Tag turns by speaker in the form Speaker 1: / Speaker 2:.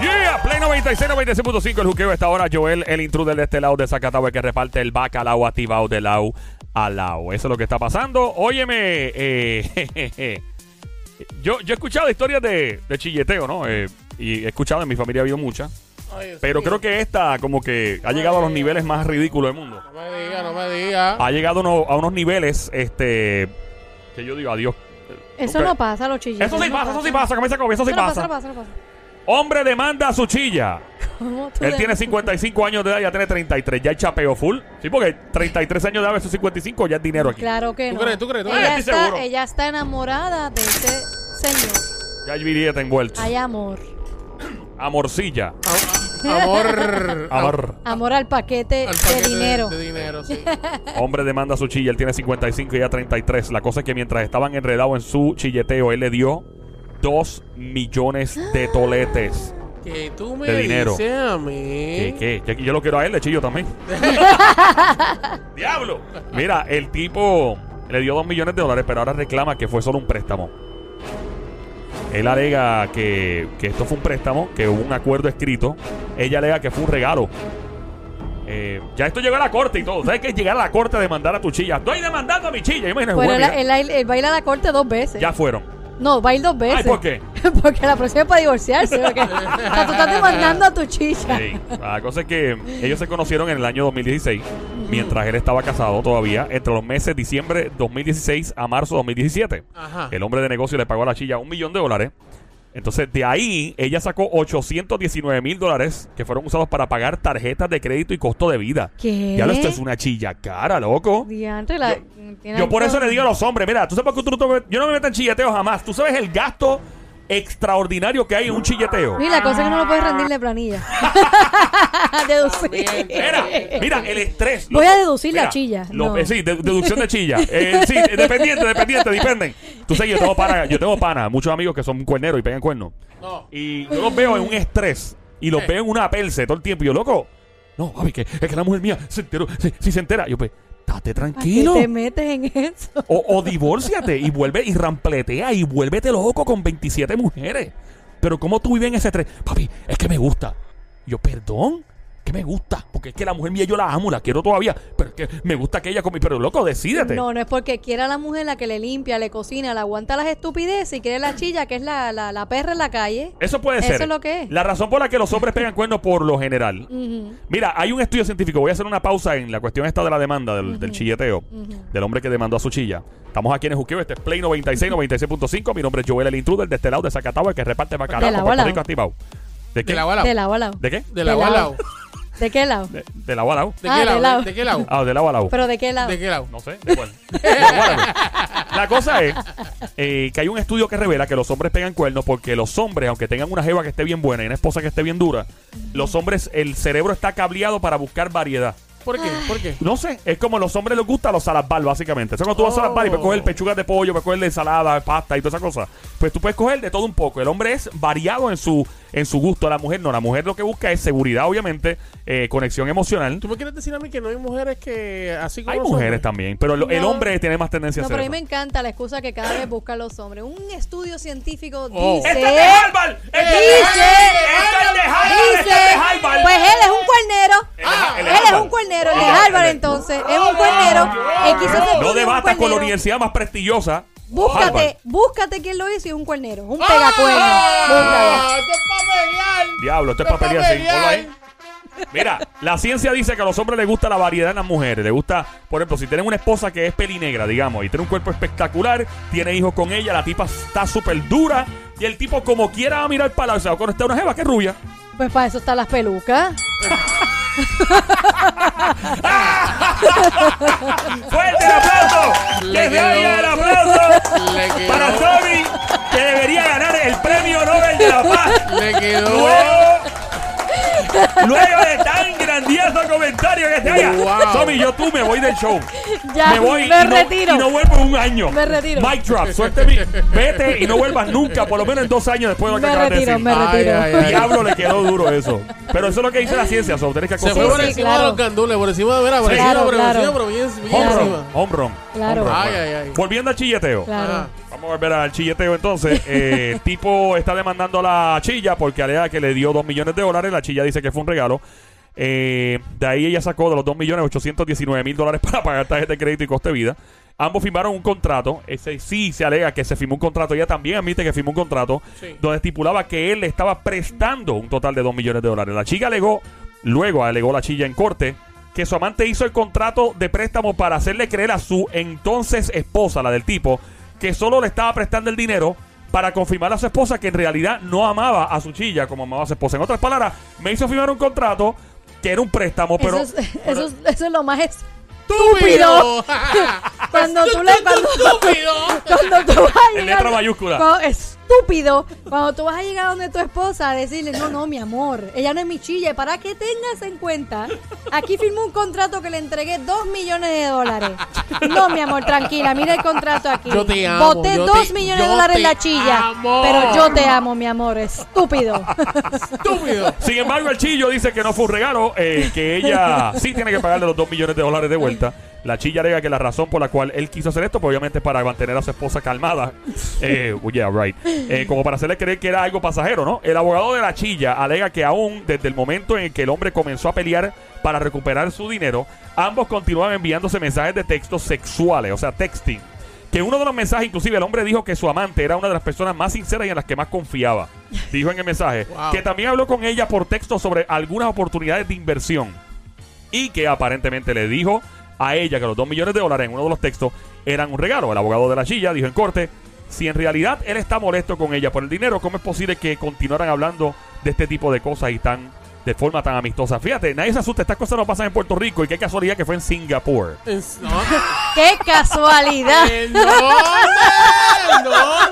Speaker 1: Mira, Play 96, 96.5, el juqueo está ahora. Joel, el intruder de este lado de Zacatau, el que reparte el bacalao activado de lado a lado. Eso es lo que está pasando. Óyeme, eh, jejeje. yo, yo he escuchado historias de, de chilleteo, ¿no? Eh, y he escuchado, en mi familia ha habido muchas.
Speaker 2: Ay, Dios
Speaker 1: Pero
Speaker 2: mío.
Speaker 1: creo que esta, como que ha llegado a los niveles más ridículos del mundo.
Speaker 2: No me diga, no me
Speaker 3: Ah.
Speaker 2: diga.
Speaker 1: Ha llegado uno- a unos niveles, este. Que yo digo, adiós.
Speaker 3: Eso
Speaker 1: Ok.
Speaker 3: no pasa, los chillitos.
Speaker 1: Eso sí pasa, eso sí pasa, comienza con eso sí
Speaker 3: No
Speaker 1: pasa.
Speaker 3: pasa, no pasa.
Speaker 1: Hombre demanda a su chilla.
Speaker 3: ¿Cómo tú
Speaker 1: Él
Speaker 3: de-
Speaker 1: tiene 55 años de edad, ya tiene 33. Ya el chapeo full. Sí, porque 33 años de edad versus 55 ya es dinero aquí.
Speaker 3: Claro que
Speaker 2: ¿Tú
Speaker 3: no.
Speaker 2: crees, tú crees, tú
Speaker 1: crees?
Speaker 3: Ella,
Speaker 1: Estoy seguro.
Speaker 3: está, ella está enamorada de este señor.
Speaker 1: Ya hay billete envuelto.
Speaker 3: Hay amor.
Speaker 1: Amorcilla.
Speaker 2: Amor.
Speaker 1: Amor.
Speaker 3: Amor al paquete,
Speaker 2: Al paquete
Speaker 3: de dinero.
Speaker 2: De, dinero, sí.
Speaker 1: Hombre demanda a su chilla. Él tiene 55 y ya 33. La cosa es que mientras estaban enredados en su chilleteo, él le dio 2 millones de toletes.
Speaker 2: que tú me
Speaker 1: De dinero.
Speaker 2: dices a mí.
Speaker 1: ¿Qué, qué? Yo- Yo lo quiero a él, le chillo también. ¡Diablo! Mira, el tipo le dio 2 millones de dólares, pero ahora reclama que fue solo un préstamo. Él alega que, que esto fue un préstamo, que hubo un acuerdo escrito. Ella alega que fue un regalo. Eh, ya esto llegó a la corte y todo. ¿Sabes qué es llegar a la corte a demandar a tu chilla? Estoy demandando a mi chilla. Imagínate,
Speaker 3: Pero
Speaker 1: güey,
Speaker 3: él,
Speaker 1: mira,
Speaker 3: él- él baila la corte dos veces.
Speaker 1: ya fueron.
Speaker 3: No, baila dos veces.
Speaker 1: Ay, ¿por qué?
Speaker 3: Porque la próxima es para divorciarse. Porque o sea, tú estás demandando a tu chicha.
Speaker 1: Sí. La cosa es que ellos se conocieron en el año 2016, mientras él estaba casado todavía, entre los meses diciembre 2016 a marzo 2017.
Speaker 2: Ajá.
Speaker 1: El hombre de negocio le pagó a la chilla un millón de dólares. Entonces, de ahí, ella sacó 819 mil dólares que fueron usados para pagar tarjetas de crédito y costo de vida.
Speaker 3: ¿Qué?
Speaker 1: Ya lo esto es una chilla cara, loco.
Speaker 3: Diantre, la- tiene
Speaker 1: Yo por
Speaker 3: algo-
Speaker 1: eso le digo a los hombres, mira, tú sabes que tú no te- yo no me meto en chilleteo jamás. Tú sabes el gasto extraordinario que hay en un chilleteo.
Speaker 3: Mira, la cosa es que no lo puedes rendir de planilla. Deducir.
Speaker 1: Mira, mira, el estrés.
Speaker 3: Voy
Speaker 1: loco.
Speaker 3: a deducir la chilla.
Speaker 1: lo-
Speaker 3: No.
Speaker 1: eh, sí, de- deducción de chilla. Eh, sí, eh, dependiente, dependiente, dependen. Tú sabes, yo tengo pana, yo tengo pana, muchos amigos que son cuerneros y pegan cuernos.
Speaker 2: No.
Speaker 1: Y yo los veo en un estrés y los
Speaker 2: Sí.
Speaker 1: veo en una pelce todo el tiempo. Y yo, loco, no, papi, que, es que la mujer mía se enteró, si, si se entera. Yo, pues, estate
Speaker 3: ¿Para qué
Speaker 1: tranquilo.
Speaker 3: te metes en eso?
Speaker 1: O, o divórciate y vuelve y rampletea y vuélvete loco con 27 mujeres. Pero ¿cómo tú vives en ese estrés? Papi, es que me gusta. Yo, perdón, que me gusta. Porque es que la mujer mía yo la amo, la quiero todavía. Pero es que me gusta que ella conmigo. Pero loco, decídete.
Speaker 3: No, no es porque quiera la mujer la que le limpia, le cocina, le aguanta las estupideces y quiere la chilla, que es la, la, la perra en la calle.
Speaker 1: Eso puede
Speaker 3: Eso
Speaker 1: ser.
Speaker 3: es lo que es.
Speaker 1: La razón por la que los hombres pegan cuernos por lo general.
Speaker 3: Ujú.
Speaker 1: Mira, hay un estudio científico. Voy a hacer una pausa en la cuestión esta de la demanda, del, del chilleteo, del hombre que demandó a su chilla. Estamos aquí en el Juqueo. Este es Play 96, 96.5. Mi nombre es Joel el Intruder, de este lado de Zacatau, el que reparte bacalao
Speaker 3: De la
Speaker 1: con Puerto
Speaker 3: bola.
Speaker 1: Rico activado. ¿De qué?
Speaker 2: De la bala.
Speaker 3: De lado a lado.
Speaker 1: ¿De qué?
Speaker 2: De la
Speaker 3: de
Speaker 2: bala.
Speaker 3: lado. ¿De qué lado?
Speaker 1: De, de la bala.
Speaker 2: ¿De
Speaker 3: Ah,
Speaker 2: qué
Speaker 3: de
Speaker 2: lado?
Speaker 3: lado.
Speaker 2: ¿De qué lado?
Speaker 1: Ah, de la bala.
Speaker 3: ¿Pero de qué lado?
Speaker 2: ¿De qué lado?
Speaker 1: No sé, de cuál. De cuál, güey. la cosa es eh, que hay un estudio que revela que los hombres pegan cuernos porque los hombres, aunque tengan una jeva que esté bien buena y una esposa que esté bien dura, los hombres, el cerebro está cableado para buscar variedad.
Speaker 2: ¿Por qué? ¿Por qué?
Speaker 1: No sé, es como a los hombres les gusta los salazbal, básicamente. Eso cuando tú vas a salazbal y
Speaker 3: Oh.
Speaker 1: puedes coger pechugas de pollo, puedes coger de ensalada, pasta y toda esa cosa. Pues tú puedes coger de todo un poco. El hombre es variado en su, en su gusto. La mujer no. La mujer lo que busca es seguridad, obviamente, eh, conexión emocional.
Speaker 2: ¿Tú me quieres decir a mí que no hay mujeres que así como
Speaker 1: Hay
Speaker 2: nosotros?
Speaker 1: mujeres también, pero el, el
Speaker 3: No.
Speaker 1: hombre tiene más tendencia a
Speaker 3: No,
Speaker 1: hacer
Speaker 3: pero a mí
Speaker 1: eso.
Speaker 3: me encanta la excusa que cada vez buscan los hombres. Un estudio científico
Speaker 2: Oh.
Speaker 3: dice...
Speaker 1: ¡Este es de Harvard! ¡Este es de
Speaker 3: Dice,
Speaker 1: Harvard! ¡Este es de Harvard! ¡Este es de Harvard!
Speaker 3: pues él es un cuernero. Ah,
Speaker 1: El de- el de
Speaker 3: él es
Speaker 1: Harvard.
Speaker 3: un cuernero, el
Speaker 1: El
Speaker 3: de
Speaker 1: de-
Speaker 3: Harvard
Speaker 1: el de-
Speaker 3: entonces. Es un cuernero. Él quiso hacer estudio, es
Speaker 1: Ah, No
Speaker 3: un
Speaker 1: debatas con la
Speaker 3: cuernero.
Speaker 1: universidad más prestigiosa. Harvard. Ah.
Speaker 3: Búscate, búscate quién lo hizo y es un cuernero. Un pegacuerno. Búscalo.
Speaker 2: ¡Ah! ¡Esto es para pelear!
Speaker 1: Diablo, esto es
Speaker 2: Esto
Speaker 1: para
Speaker 2: es
Speaker 1: pelear. sí.
Speaker 2: pa'
Speaker 1: Ponlo ahí.
Speaker 2: pelear.
Speaker 1: Mira, la ciencia dice que a los hombres les gusta la variedad en las mujeres. Les gusta, por ejemplo, si tienen una esposa que es pelinegra, digamos, y tiene un cuerpo espectacular, tiene hijos con ella, la tipa está súper dura, y el tipo como quiera va a mirar para la o sea, cuando está una jeva que es rubia.
Speaker 3: Pues para eso están las pelucas.
Speaker 1: ¡Fuerte el aplauso! ¡Que se oiga el aplauso!
Speaker 2: Le quedó,
Speaker 1: Para Sony, que debería ganar el premio Nobel de la Paz.
Speaker 2: le quedó.
Speaker 1: Luego, luego de tan grandioso comentario que te haya.
Speaker 2: Wow.
Speaker 1: Tommy, yo tú me voy del show.
Speaker 3: Ya,
Speaker 1: me voy
Speaker 3: me
Speaker 1: y, no,
Speaker 3: retiro.
Speaker 1: y no vuelvo en un año.
Speaker 3: Me retiro.
Speaker 1: Mike Trap, suerte mi. Vete y no vuelvas nunca, por lo menos en dos años después de lo que
Speaker 3: Me
Speaker 1: acabas de
Speaker 3: retiro,
Speaker 1: decir.
Speaker 3: me retiro.
Speaker 2: Ay, ay, ay.
Speaker 1: Diablo le quedó duro eso. Pero eso es lo que dice la ciencia, so, tenés que
Speaker 2: Se fue por
Speaker 1: acostumbrarse.
Speaker 3: Sí,
Speaker 2: encima
Speaker 3: claro.
Speaker 2: de los candules, por encima de verá, por
Speaker 1: Sí.
Speaker 2: encima,
Speaker 3: Claro,
Speaker 2: por
Speaker 3: claro.
Speaker 2: encima, pero bien, bien
Speaker 1: Home run,
Speaker 2: encima.
Speaker 1: home run,
Speaker 3: Claro.
Speaker 1: home run.
Speaker 2: Ay, ay, ay.
Speaker 1: Volviendo al chilleteo.
Speaker 3: Claro.
Speaker 2: Ajá.
Speaker 1: Vamos Vamos a volver al chilleteo entonces. Eh, el tipo está demandando a la chilla porque alega que le dio 2 millones de dólares. La chilla dice que fue un regalo. Eh, de ahí ella sacó de los 2 millones 819 mil dólares para pagar tarjeta de crédito y coste de vida. Ambos firmaron un contrato. Ese sí se alega que se firmó un contrato. Ella también admite que firmó un contrato
Speaker 2: Sí.
Speaker 1: donde estipulaba que él le estaba prestando un total de 2 millones de dólares. La chica alegó, luego alegó la chilla en corte, que su amante hizo el contrato de préstamo para hacerle creer a su entonces esposa, la del tipo, que solo le estaba prestando el dinero para confirmar a su esposa que en realidad no amaba a su chilla como amaba a su esposa. En otras palabras, me hizo firmar un contrato que era un préstamo, pero...
Speaker 3: eso, es, eso, es, eso es lo más es-
Speaker 2: ¡Estúpido!
Speaker 3: Cuando tú le- cuando-
Speaker 2: ¡Estúpido!
Speaker 3: cuando tú vas a
Speaker 1: Ah, En
Speaker 3: llegar
Speaker 1: letra mayúscula.
Speaker 3: cuando- estúpido cuando tú vas a llegar donde tu esposa a decirle no no mi amor ella no es mi chilla para que tengas en cuenta aquí firmó un contrato que le entregué dos millones de dólares no mi amor tranquila mira el contrato aquí
Speaker 2: Yo te amo,
Speaker 3: boté
Speaker 2: yo
Speaker 3: dos
Speaker 2: te-
Speaker 3: millones de
Speaker 2: yo
Speaker 3: dólares en
Speaker 2: te
Speaker 3: la chilla
Speaker 2: amo.
Speaker 3: pero yo te amo mi amor estúpido
Speaker 2: ¡Estúpido!
Speaker 1: Sin embargo, el chillo dice que no fue un regalo, eh, que ella sí tiene que pagarle los 2 millones de dólares de vuelta. La chilla alega que la razón por la cual él quiso hacer esto, pues obviamente es para mantener a su esposa calmada. Eh, well, yeah, right. Eh, como para hacerle creer que era algo pasajero, ¿no? El abogado de la chilla alega que aún desde el momento en que el hombre comenzó a pelear para recuperar su dinero, ambos continuaban enviándose mensajes de textos sexuales, o sea, texting. Que en uno de los mensajes, inclusive, el hombre dijo que su amante era una de las personas más sinceras y en las que más confiaba. Dijo en el mensaje
Speaker 2: Wow.
Speaker 1: que también habló con ella por texto sobre algunas oportunidades de inversión y que aparentemente le dijo a ella que los 2 millones de dólares en uno de los textos eran un regalo. El abogado de la chilla dijo en corte, si en realidad él está molesto con ella por el dinero, ¿cómo es posible que continuaran hablando de este tipo de cosas y tan de forma tan amistosa? Fíjate, nadie se asusta, estas cosas no pasan en Puerto Rico y qué casualidad que fue en Singapur.
Speaker 2: Es- No,
Speaker 3: qué casualidad
Speaker 2: eh, no, hombre, no,